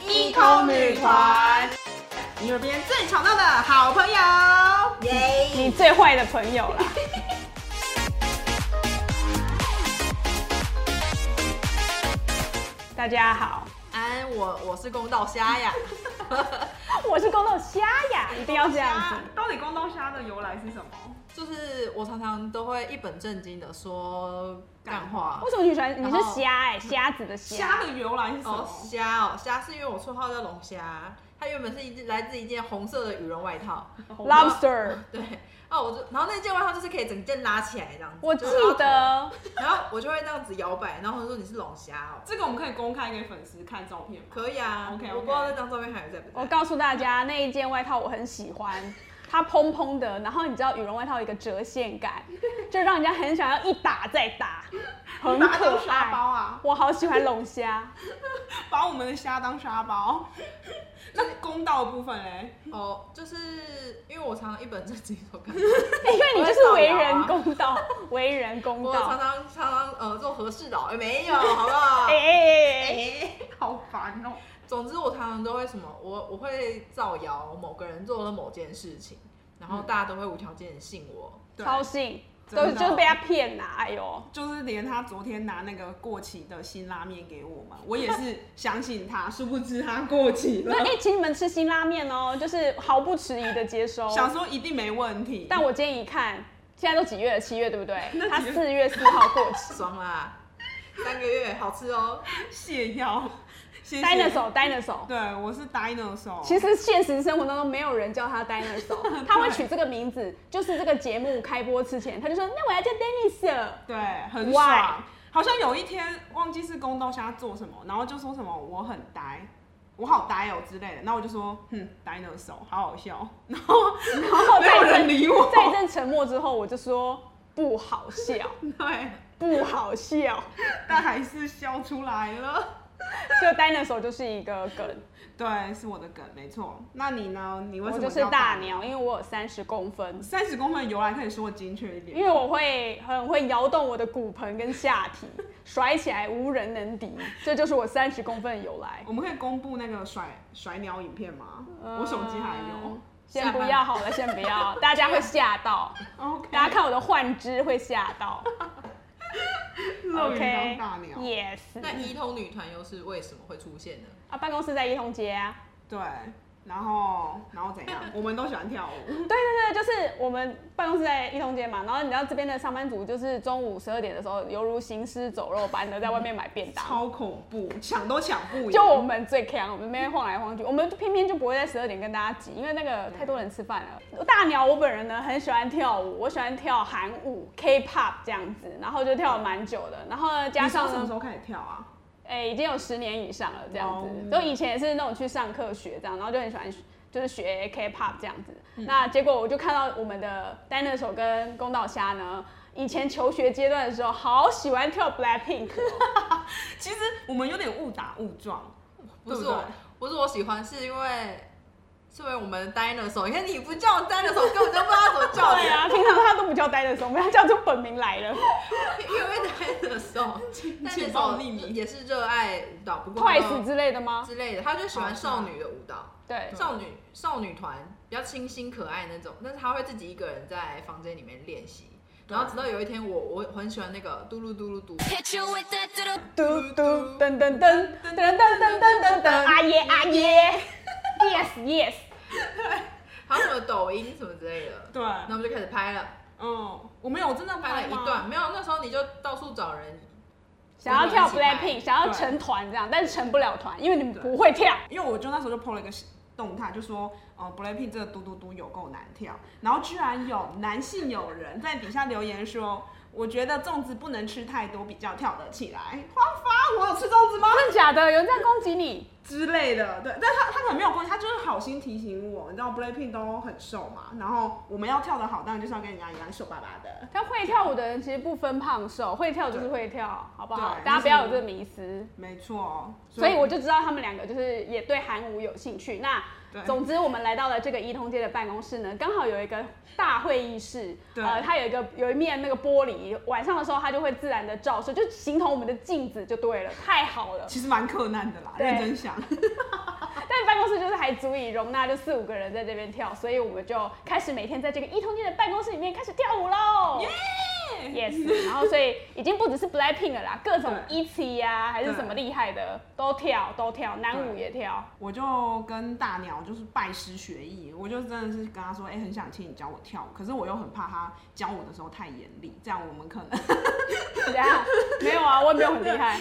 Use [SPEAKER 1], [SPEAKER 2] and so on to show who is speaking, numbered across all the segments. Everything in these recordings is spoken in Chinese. [SPEAKER 1] 星空女团，你耳边最吵闹的好朋友。
[SPEAKER 2] 耶！
[SPEAKER 3] 你最坏的朋友 啦。大家好，
[SPEAKER 1] 安，我我是公道虾呀，
[SPEAKER 3] 我是宫斗虾呀，一定要这样子。
[SPEAKER 4] 到底光刀虾的由来是什么？
[SPEAKER 1] 就是我常常都会一本正经的说干话
[SPEAKER 3] 为。什么你喜欢？你
[SPEAKER 1] 然
[SPEAKER 3] 是
[SPEAKER 1] 后
[SPEAKER 3] 虾哎、虾子的
[SPEAKER 4] 虾
[SPEAKER 3] 虾。
[SPEAKER 4] 的由来是什么？
[SPEAKER 1] 哦，虾哦，虾是因为我绰号叫龙虾，它原本是一件来自一件红色的羽绒外套，
[SPEAKER 3] Lobster，
[SPEAKER 1] 对，哦，我就然后那件外套就是可以整件拉起来这样子，
[SPEAKER 3] 我
[SPEAKER 1] 就
[SPEAKER 3] 记
[SPEAKER 1] 是拉头，
[SPEAKER 3] 得
[SPEAKER 1] 然后我就会这样子摇摆，然后他说你是龙虾哦，
[SPEAKER 4] 这个我们可以公开给粉丝看照片吗？
[SPEAKER 1] 可以啊
[SPEAKER 4] OK，OK
[SPEAKER 1] 我不知道那张照片还有在不在，
[SPEAKER 3] 我告诉大家，那一件外套我很喜欢，它蓬蓬的，然后你知道羽绒外套有一个折线 感，就让人家很想要一打再打，很
[SPEAKER 4] 拿当
[SPEAKER 3] 可
[SPEAKER 4] 沙包
[SPEAKER 3] 爱。
[SPEAKER 4] 啊，
[SPEAKER 3] 我好喜欢龙虾，
[SPEAKER 4] 把我们的虾当沙包。 那公道的部分嘞？
[SPEAKER 1] 哦，就是因为我常常一本正经说干话，
[SPEAKER 3] 哎因为你就是为
[SPEAKER 4] 啊
[SPEAKER 3] 人公道，为人公
[SPEAKER 1] 我常
[SPEAKER 3] 道。
[SPEAKER 1] 常常常呃做和事佬，哎没有，好不好？
[SPEAKER 3] 哎哎哎，
[SPEAKER 1] 哎
[SPEAKER 4] 好烦哦、
[SPEAKER 1] 总之，我常常都会什么，我我会造谣某个人做了某件事情，然后大家都会无条件的信我。
[SPEAKER 4] 对
[SPEAKER 3] 超信，
[SPEAKER 4] 真
[SPEAKER 3] 都
[SPEAKER 4] 的哦
[SPEAKER 3] 就是被他骗啦，哎呦，
[SPEAKER 4] 就是连他昨天拿那个过期的辛拉面给我们，我也是相信他，殊不知他过期 了
[SPEAKER 3] 那，哎，请你们吃辛拉面哦，就是毫不迟疑的接收。
[SPEAKER 4] 想说一定没问题。
[SPEAKER 3] 但我今天一看，现在都几月了？七月对不对？
[SPEAKER 4] 那
[SPEAKER 3] 他
[SPEAKER 4] 几月
[SPEAKER 3] 四月四号 过期。
[SPEAKER 1] 爽啦，三个月，好吃哦。
[SPEAKER 4] 泻药，谢谢。
[SPEAKER 3] dinosaur，dinosaur。
[SPEAKER 4] 对，我是 dinosaur。
[SPEAKER 3] 其实现实生活当中没有人叫 他 dinosaur，他会取这个名字，就是这个节目开播之前，他就说那我要叫 dinosaur。
[SPEAKER 4] 对，很
[SPEAKER 3] Why？
[SPEAKER 4] 爽。好像有一天忘记是宫斗虾做什么，然后就说什么我很呆，我好呆哦之类的。然后我就说，哼，呆那手，好好笑。 然后
[SPEAKER 3] 然后
[SPEAKER 4] 没
[SPEAKER 3] 在
[SPEAKER 4] 有
[SPEAKER 3] 一
[SPEAKER 4] 人
[SPEAKER 3] 阵
[SPEAKER 4] 理我。
[SPEAKER 3] 在一阵沉默之后，我就说不好笑，
[SPEAKER 4] 对，
[SPEAKER 3] 不 好笑。
[SPEAKER 4] 但还是笑出来了。
[SPEAKER 3] 就 dinosaur 就是一个梗，
[SPEAKER 4] 对，是我的梗，没错。那你呢？你为
[SPEAKER 3] 我
[SPEAKER 4] 什么
[SPEAKER 3] 就是大？鸟，因为我有三十公分。
[SPEAKER 4] 三十公分的由啊来可以说精确一
[SPEAKER 3] 因
[SPEAKER 4] 点。
[SPEAKER 3] 为我会很会摇动我的骨盆跟下体，甩起来无人能敌，这就是我三十公分的由来。
[SPEAKER 4] 我们可以公布那个甩甩鸟影片吗？
[SPEAKER 3] 呃
[SPEAKER 4] 我手机还有
[SPEAKER 3] 嗯。先不要好了，先不要，大家会吓到，
[SPEAKER 4] OK，
[SPEAKER 3] 大家看我的幻肢会吓 到。
[SPEAKER 4] 漏鱼当
[SPEAKER 3] OK，
[SPEAKER 4] 大鸟。
[SPEAKER 3] Yes。
[SPEAKER 1] 那一通女团又是为什么会出现呢？
[SPEAKER 3] 啊，办公室在一通街啊。
[SPEAKER 4] 对，然后然后怎样？我们都喜欢跳舞，
[SPEAKER 3] 对对对，就是我们办公室在一通街嘛，然后你知道这边的上班族就是中午十二点的时候，犹如行尸走肉般的在外面买便当。
[SPEAKER 4] 超恐怖， 抢都抢不赢。
[SPEAKER 3] 就我们最强，我们那边晃来晃去，我们就偏偏就不会在十二点跟大家挤，因为那个太多人吃饭了。大鸟我本人呢很喜欢跳舞，我喜欢跳韩舞、K-pop 这样子，然后就跳了蛮久的，然后呢加
[SPEAKER 4] 你从
[SPEAKER 3] 上
[SPEAKER 4] 什么
[SPEAKER 3] 呢
[SPEAKER 4] 时候开始跳啊？
[SPEAKER 3] 哎、已经有十年以上了，这样子。
[SPEAKER 4] 哦
[SPEAKER 3] 就以前也是那种去上课学这样，然后就很喜欢学就是学 K-pop 这样子。
[SPEAKER 4] 嗯
[SPEAKER 3] 那结果我就看到我们的 Dinosaur 跟宫道虾呢，以前求学阶段的时候，好喜欢跳 Blackpink，哦
[SPEAKER 4] 其实我们有点误打误撞，
[SPEAKER 1] 不是
[SPEAKER 4] 对不
[SPEAKER 1] 我
[SPEAKER 4] 对，
[SPEAKER 1] 不是我喜欢，是因为是因为我们 dinosaur，你看你不叫我 dinosaur，根本就不知道怎么叫
[SPEAKER 3] 对啊，平常他都不叫 Dinosaur，我们他叫出本名来了，
[SPEAKER 1] 你，因为 dinosaur，dinosaur
[SPEAKER 4] 请报匿名
[SPEAKER 1] 哦也是热爱舞蹈，不过
[SPEAKER 3] 快死之类的吗？
[SPEAKER 1] 之类的，他就喜欢少女的舞蹈。
[SPEAKER 3] 对，
[SPEAKER 1] 少女少女团比较清新可爱那种，但是她会自己一个人在房间里面练习。然后直到有一天我，我很喜欢那个嘟噜嘟噜嘟，
[SPEAKER 5] Hit you with that little
[SPEAKER 3] 嘟嘟噔噔噔噔噔噔噔噔噔噔，阿耶阿耶，Yes Yes，
[SPEAKER 1] 还有什么抖音什么之类的。
[SPEAKER 4] 对，
[SPEAKER 1] 然后我们就开始拍了，
[SPEAKER 4] 嗯，我们有真的
[SPEAKER 1] 拍了
[SPEAKER 4] 吗
[SPEAKER 1] 一段。，没有，那时候你就到处找人，
[SPEAKER 3] 想要跳
[SPEAKER 1] 我们一起拍
[SPEAKER 3] Blackpink，想要
[SPEAKER 4] 对
[SPEAKER 3] 成团这样，但是成不了团，因为你们不会跳。
[SPEAKER 4] 因为我就那时候就 PO 了一个动态，就说呃 Blackpink 这个嘟嘟嘟有够难跳，然后居然有男性友人在底下留言说。我觉得粽子不能吃太多，比较跳得起来。花花，我有吃粽子吗？
[SPEAKER 3] 真的假的？有人这样攻击你？
[SPEAKER 4] 之类的，对，但他他可能没有关系，他就是好心提醒我，你知道 Blackpink 都很瘦嘛，然后我们要跳得好，当然就是要跟人家一样瘦巴巴的，
[SPEAKER 3] 但会跳舞的人其实不分胖瘦，会跳就是会跳，好不好？
[SPEAKER 4] 对
[SPEAKER 3] 大家不要有这个迷思。
[SPEAKER 4] 没错，
[SPEAKER 3] 所以我就知道他们两个就是也对韩舞有兴趣。那
[SPEAKER 4] 对
[SPEAKER 3] 总之，我们来到了这个一通街的办公室呢，刚好有一个大会议室，
[SPEAKER 4] 对
[SPEAKER 3] 呃，它有一个有一面那个玻璃，晚上的时候它就会自然的照射，就 形同我们的镜子就对了，太好了。
[SPEAKER 4] 其实蛮困难的啦，
[SPEAKER 3] 对
[SPEAKER 4] 认真想，
[SPEAKER 3] 为办公室就是还足以容纳就四五个人在这边跳，所以我们就开始每天在这个一通街的办公室里面开始跳舞喽。Yes，然后所以已经不只是 Blackpink 了啦，各种
[SPEAKER 4] 对
[SPEAKER 3] ITZY 呀、还是什么厉害的都跳都跳，男舞
[SPEAKER 4] 对
[SPEAKER 3] 也跳。
[SPEAKER 4] 我就跟大鸟就是拜师学艺，我就真的是跟他说，哎、很想请你教我跳舞，可是我又很怕他教我的时候太严厉，这样我们可能
[SPEAKER 3] 等一下没有啊，我也没有很厉害。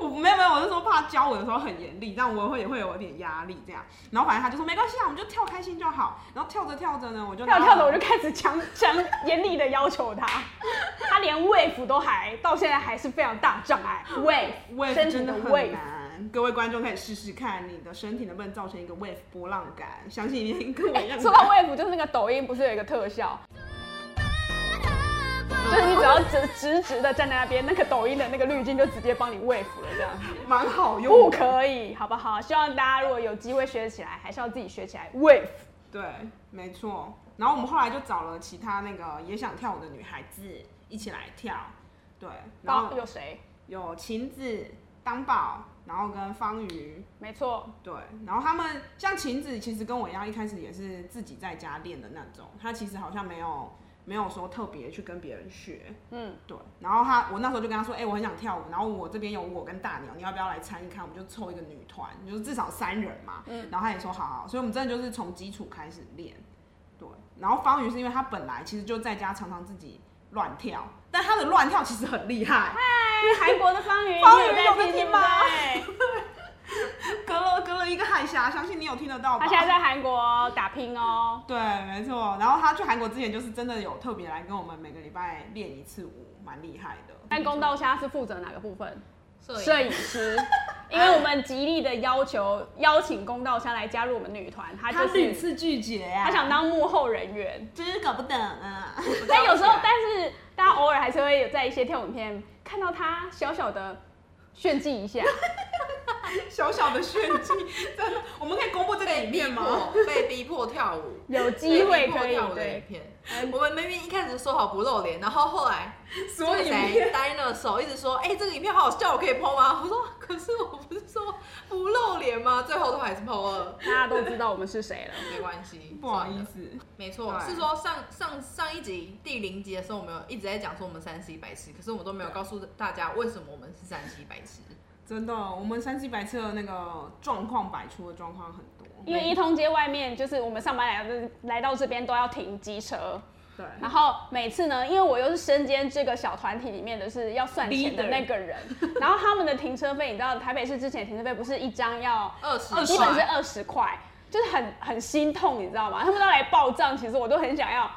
[SPEAKER 4] 我没有没有，我是说怕教我的时候很严厉，但我会也会有点压力这样。然后反正他就说没关系啊，我们就跳开心就好。然后跳着跳着呢，我就
[SPEAKER 3] 跳着跳着我就开始强强严厉的要求他，他连 wave 都还到现在还是非常大障碍
[SPEAKER 4] 哦，wave
[SPEAKER 3] ，wave 身体
[SPEAKER 4] 真
[SPEAKER 3] 的
[SPEAKER 4] 的很
[SPEAKER 3] wave。
[SPEAKER 4] 难。各位观众可以试试看，你的身体能不能造成一个 wave 波浪感？相信你跟我一样。
[SPEAKER 3] 哎说到 wave，就是那个抖音不是有一个特效，就是你只要直直直的站在那边，那个抖音的那个滤镜就直接帮你 wave 了这样。
[SPEAKER 4] 蛮好用的，
[SPEAKER 3] 不可以，好不好？希望大家如果有机会学起来，还是要自己学起来 wave。
[SPEAKER 4] 对，没错。然后我们后来就找了其他那个也想跳舞的女孩子一起来跳，对，然
[SPEAKER 3] 然
[SPEAKER 4] 后
[SPEAKER 3] 后有谁？
[SPEAKER 4] 有晴子、当宝，然后跟方瑜，
[SPEAKER 3] 没错，
[SPEAKER 4] 对，然后他们像晴子，其实跟我一样，一开始也是自己在家练的那种，她其实好像没有没有说特别去跟别人学，
[SPEAKER 3] 嗯，
[SPEAKER 4] 对。然后她，我那时候就跟她说，哎、我很想跳舞，然后我这边有我跟大鸟，你要不要来参与看？我们就凑一个女团，就是至少三人嘛，嗯。然后她也说好好，所以我们真的就是从基础开始练，对。然后方宇是因为她本来其实就在家常常自己乱跳，但她的乱跳其实很厉 害，
[SPEAKER 3] 嗨，韩国的方云，
[SPEAKER 4] 方
[SPEAKER 3] 你
[SPEAKER 4] 云有在听吗
[SPEAKER 3] 对不对
[SPEAKER 4] 隔了隔了一个海峡，相信你有听得到吧？
[SPEAKER 3] 他现在在韩国打拼哦。
[SPEAKER 4] 对，没错。然后他去韩国之前，就是真的有特别来跟我们每个礼拜练一次舞，蛮厉害的。
[SPEAKER 3] 但公道虾是负责哪个部分？
[SPEAKER 1] 摄
[SPEAKER 3] 摄
[SPEAKER 1] 影
[SPEAKER 3] 影师，因为我们极力的要求邀请公道虾来加入我们女团，他
[SPEAKER 4] 他
[SPEAKER 3] 就
[SPEAKER 4] 屡
[SPEAKER 3] 是
[SPEAKER 4] 次拒绝啊，
[SPEAKER 3] 他想当幕后人员。
[SPEAKER 4] 真是搞不懂啊。
[SPEAKER 3] 但有时候，但是大家偶尔还是会有在一些跳舞影片看到他小小的炫技一下，
[SPEAKER 4] 小小的炫技，真的，我们可以公布这个影片 吗？
[SPEAKER 1] 被逼迫跳舞，
[SPEAKER 3] 有机
[SPEAKER 1] 被
[SPEAKER 3] 会
[SPEAKER 1] 逼迫
[SPEAKER 3] 可以
[SPEAKER 1] 跳舞的影
[SPEAKER 3] 对。嗯
[SPEAKER 1] 片。我们明明一开始说好不露脸，然后后来
[SPEAKER 4] 所以
[SPEAKER 1] 这个谁 Dino 手一直说，哎、这个影片好好笑，我可以 PO 吗？我说，可是我不是说不露脸吗？最后都还是 PO 了，
[SPEAKER 3] 大家都知道我们是谁了。
[SPEAKER 1] 没关系，
[SPEAKER 4] 不好
[SPEAKER 1] 算
[SPEAKER 4] 意
[SPEAKER 1] 了，
[SPEAKER 4] 思，
[SPEAKER 1] 没错，
[SPEAKER 4] 对
[SPEAKER 1] 是说上上上一集第零集的时候，我们有一直在讲说我们三 C 白痴，可是我们都没有告诉大家为什么我们是三 C 白痴。
[SPEAKER 4] 真的，我们三七白痴的那个状况百出的状况很多。
[SPEAKER 3] 因为一通街外面就是我们上班来到来到这边都要停机车，
[SPEAKER 4] 对，
[SPEAKER 3] 然后每次呢，因为我又是身兼这个小团体里面的是要算钱的
[SPEAKER 4] Leader
[SPEAKER 3] 那个人， 然后他们的停车费，你知道台北市之前停车费不是一张要
[SPEAKER 1] 二十
[SPEAKER 4] 20
[SPEAKER 3] 基本是
[SPEAKER 1] 块，
[SPEAKER 3] 二十块，就是很很心痛，你知道吗？他们都来报账，其实我都很想要，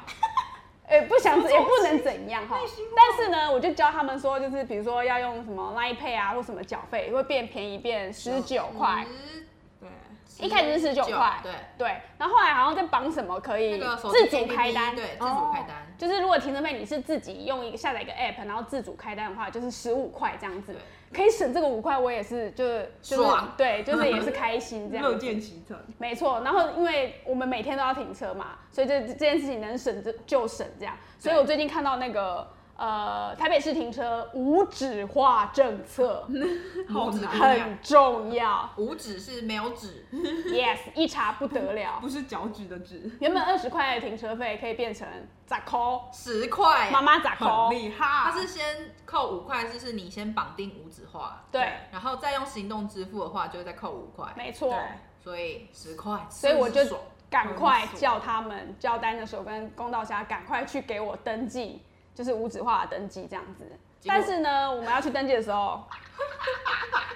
[SPEAKER 3] 哎、不想也不能怎样哈
[SPEAKER 4] 内心话。
[SPEAKER 3] 但是呢，我就教他们说，就是比如说要用什么 Line Pay 啊，或什么缴费会变便宜，变十九块，
[SPEAKER 1] 嗯
[SPEAKER 4] 对，
[SPEAKER 1] 十，
[SPEAKER 3] 一开始是19块
[SPEAKER 1] 对，
[SPEAKER 3] 对。然后后来好像在绑什么可
[SPEAKER 1] 那
[SPEAKER 3] 以
[SPEAKER 1] 个手机
[SPEAKER 3] 自主
[SPEAKER 1] APP
[SPEAKER 3] 开单，
[SPEAKER 1] 对，自
[SPEAKER 4] 哦
[SPEAKER 1] 主开单，
[SPEAKER 3] 就是如果停车费你是自己用一个下载一个 app，然后自主开单的话，就是十五块这样子
[SPEAKER 1] 对，
[SPEAKER 3] 可以省这个五块，我也是就是就是
[SPEAKER 1] 爽
[SPEAKER 3] 对，就是也是开心这样
[SPEAKER 4] 乐
[SPEAKER 3] 子。
[SPEAKER 4] 见其 成。
[SPEAKER 3] 没错，然后因为我们每天都要停车嘛，所以这这件事情能省就就省这样。所以我最近看到那个呃台北市停车无纸化 政策
[SPEAKER 4] 嗯好
[SPEAKER 1] 无纸
[SPEAKER 4] 难
[SPEAKER 1] 看
[SPEAKER 3] 很重要
[SPEAKER 1] 五指是没有指，
[SPEAKER 3] ，yes 一查不得了。
[SPEAKER 4] 不是脚趾的趾，
[SPEAKER 3] 原本二十块的停车费可以变成咋扣，
[SPEAKER 1] 十块，
[SPEAKER 3] 妈妈咋
[SPEAKER 4] 很
[SPEAKER 3] 扣，
[SPEAKER 4] 厉
[SPEAKER 1] 他
[SPEAKER 4] 害。
[SPEAKER 1] 是先扣五块，就是你先绑定五指化，
[SPEAKER 3] 对，
[SPEAKER 1] 然后再用行动支付的话，就会再扣五块，
[SPEAKER 3] 没错。
[SPEAKER 4] 对。
[SPEAKER 1] 所以十块，
[SPEAKER 3] 所以我就
[SPEAKER 1] 真是爽
[SPEAKER 3] 赶快
[SPEAKER 4] 很爽
[SPEAKER 3] 叫他们叫单的时候跟公道侠赶快去给我登记，就是无纸化的登记这样子。
[SPEAKER 1] 结果
[SPEAKER 3] 但是呢，我们要去登记的时 候，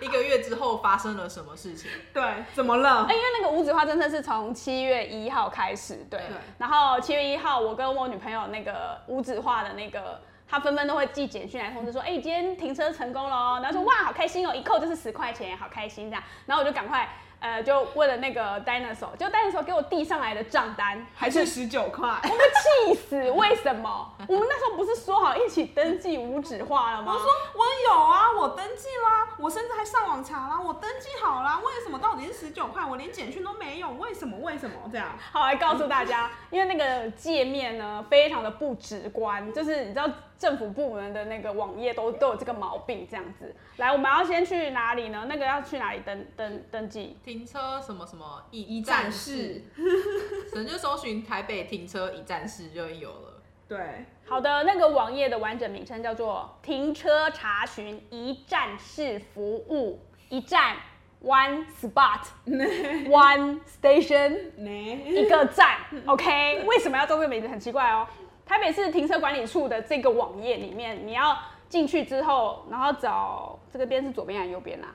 [SPEAKER 1] 一个月之后发生了什么事情？
[SPEAKER 4] 对，怎么了
[SPEAKER 3] 哎、？因为那个无纸化政策是从七月一号开始，对。
[SPEAKER 1] 对
[SPEAKER 3] 然后七月一号，我跟我女朋友那个无纸化的那个，她纷纷都会寄简讯来通知说，哎、你今天停车成功了哦，然后说
[SPEAKER 1] 嗯
[SPEAKER 3] 哇，好开心哦，一扣就是十块钱，好开心这样。然后我就赶快。呃，就问了那个 dinosaur，就 dinosaur 给我递上来的账单，
[SPEAKER 4] 还是十九 块？
[SPEAKER 3] 我们气死！为什么？我们那时候不是说好一起登记无纸化了吗？
[SPEAKER 4] 我说我有啊，我登记啦，我甚至还上网查啦，我登记好啦。为什么到底是十九块？我连简讯都没有，为什么？为什么这样？
[SPEAKER 3] 好，来告诉大家，因为那个界面呢非常的不直观，就是你知道政府部门的那个网页都都有这个毛病，这样子。来，我们要先去哪里呢？那个要去哪里登登登记？
[SPEAKER 1] 停车什么什么一
[SPEAKER 4] 一
[SPEAKER 1] 一
[SPEAKER 4] 站
[SPEAKER 1] 站
[SPEAKER 4] 式
[SPEAKER 1] 式，可能就搜寻台北停车一站式就会有了。
[SPEAKER 4] 对，
[SPEAKER 3] 好的，那个网页的完整名称叫做“停车查询一站式服务”，一站 one spot one station。
[SPEAKER 4] 没
[SPEAKER 3] 一个站，OK？为什么要叫这个名字？很奇怪哦。台北市停车管理处的这个网页里面，你要进去之后，然后找这个边是左边还是右边啊？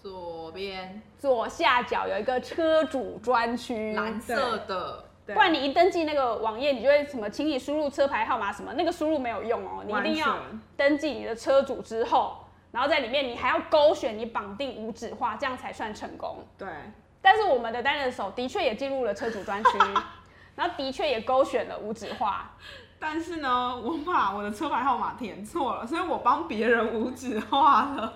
[SPEAKER 1] 左边
[SPEAKER 3] 左下角有一个车主专区，
[SPEAKER 1] 蓝色的，
[SPEAKER 4] 对
[SPEAKER 3] 不然你一登记那个网页，你就会什么，请你输入车牌号码什么，那个输入没有用哦，你一定要
[SPEAKER 4] 完全
[SPEAKER 3] 登记你的车主之后，然后在里面你还要勾选你绑定无纸化，这样才算成功。
[SPEAKER 4] 对，
[SPEAKER 3] 但是我们的单人手的确也进入了车 主专区，然后的确也勾选了无纸化，
[SPEAKER 4] 但是呢，我把我的车牌号码填错了，所以我帮别人无 纸化了，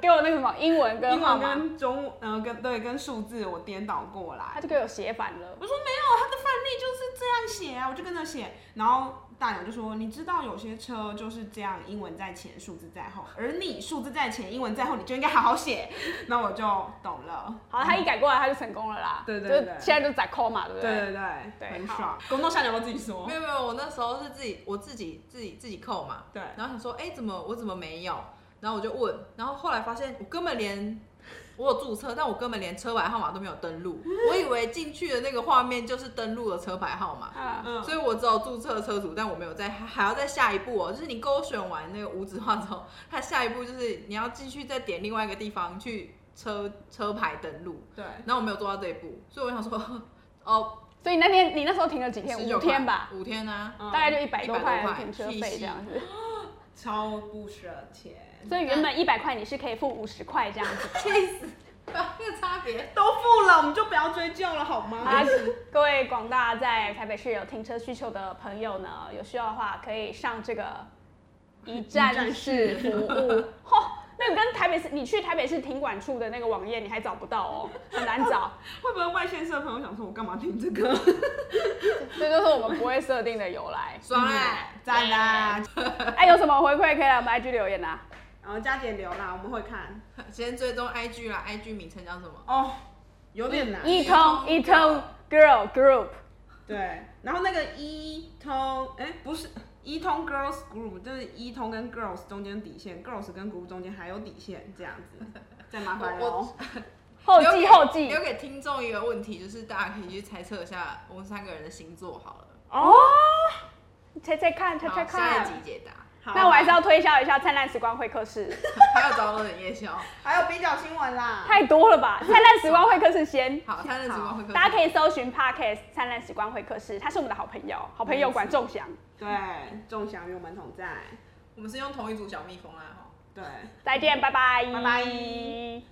[SPEAKER 3] 给我那个什么英文跟
[SPEAKER 4] 英
[SPEAKER 3] 号
[SPEAKER 4] 文
[SPEAKER 3] 码，
[SPEAKER 4] 跟中文呃跟对跟数字我颠倒过来
[SPEAKER 3] 他。就给我写反了。
[SPEAKER 4] 我说没有，他的范例就是这样写啊，我就跟着写。然后大牛就说：“你知道有些车就是这样，英文在前，数字在后，而你数字在前，英文在后，你就应该好好写。”那我就懂了。
[SPEAKER 3] 好，他一改过来他就成功了啦。
[SPEAKER 4] 对对对
[SPEAKER 3] 就现在就在扣嘛，对不
[SPEAKER 4] 对
[SPEAKER 3] 对？
[SPEAKER 4] 对对，
[SPEAKER 3] 对
[SPEAKER 4] 很
[SPEAKER 3] 好
[SPEAKER 4] 爽。工作下牛要自己
[SPEAKER 3] 哦
[SPEAKER 4] 说
[SPEAKER 1] 没。有没有，我那时候是自己我自己自己自己扣嘛，
[SPEAKER 4] 对，
[SPEAKER 1] 然后想说，哎、怎么我怎么没有？然后我就问，然后后来发现我根本连 我有注册，但我根本连车牌号码都没有登录，我以为进去的那个画面就是登录了车牌号码。
[SPEAKER 3] 啊，
[SPEAKER 4] 嗯，
[SPEAKER 1] 所以我只有注册车主，但我没有在，还还要在下一步哦，就是你勾选完那个无纸化之后，它下一步就是你要继续再点另外一个地方去车车牌登录，
[SPEAKER 4] 对，
[SPEAKER 1] 然后我没有做到这一步，所以我想说，哦，
[SPEAKER 3] 所以那天你那时候停了几天？
[SPEAKER 1] 19
[SPEAKER 3] 五天吧，
[SPEAKER 1] 块，五天啊，
[SPEAKER 4] 嗯
[SPEAKER 3] 大概就一百多块
[SPEAKER 1] 100多
[SPEAKER 3] 的
[SPEAKER 1] 块
[SPEAKER 3] 停车费这样子。
[SPEAKER 4] 超不舍钱，
[SPEAKER 3] 所以原本一百块你是可以付五十块这样子。
[SPEAKER 1] 气死，那个差别。
[SPEAKER 3] 嗯
[SPEAKER 4] 都付了，我们就不要追究了好吗？
[SPEAKER 3] 啊，各位广大在台北市有停车需求的朋友呢，有需要的话可以上这个一站式服务。吼、那个跟台北市，你去台北市停管处的那个网页你还找不到哦，很难找。
[SPEAKER 4] 会不会外县市的朋友想说，我干嘛听这个？
[SPEAKER 3] 这就是我们不会设定的由来。
[SPEAKER 1] 爽哎、
[SPEAKER 4] 赞啦！
[SPEAKER 3] 哎，有什么回馈可以来我们 IG 留言啊？
[SPEAKER 4] 然后加点流啦，我们会看。
[SPEAKER 1] 先追踪 IG 啦，IG 名称叫什么？
[SPEAKER 4] 哦，有点难。
[SPEAKER 3] 一通一通 Girl Group，
[SPEAKER 4] 对，然后那个一通，哎，不是一通 girls group，就是一通跟 girls 中间底线，girls 跟 group 中间还有底线，这样子， 再麻烦哦喽。
[SPEAKER 3] 后记后记
[SPEAKER 1] 留给听众一个问题，就是大家可以去猜测一下我们三个人的星座好了。
[SPEAKER 3] 哦，猜猜看，猜猜
[SPEAKER 1] 好，下一
[SPEAKER 3] 看。
[SPEAKER 1] 集解答，
[SPEAKER 4] 好
[SPEAKER 3] 那我还是要推销一下灿烂时光会客 室。
[SPEAKER 1] 还有着落的夜宵。
[SPEAKER 4] 还有比较新闻啦，
[SPEAKER 3] 太多了吧？灿烂时光会客室先，
[SPEAKER 1] 好，他的主管会 客
[SPEAKER 3] 大家可以搜寻 Podcast 灿烂时光会客室，他是我们的好朋友，好朋友管仲祥，
[SPEAKER 4] 对，仲祥与我们同在，
[SPEAKER 1] 啊我们是用同一组小蜜蜂啦，哈。
[SPEAKER 4] 对。
[SPEAKER 3] 再见，拜拜，
[SPEAKER 4] 拜拜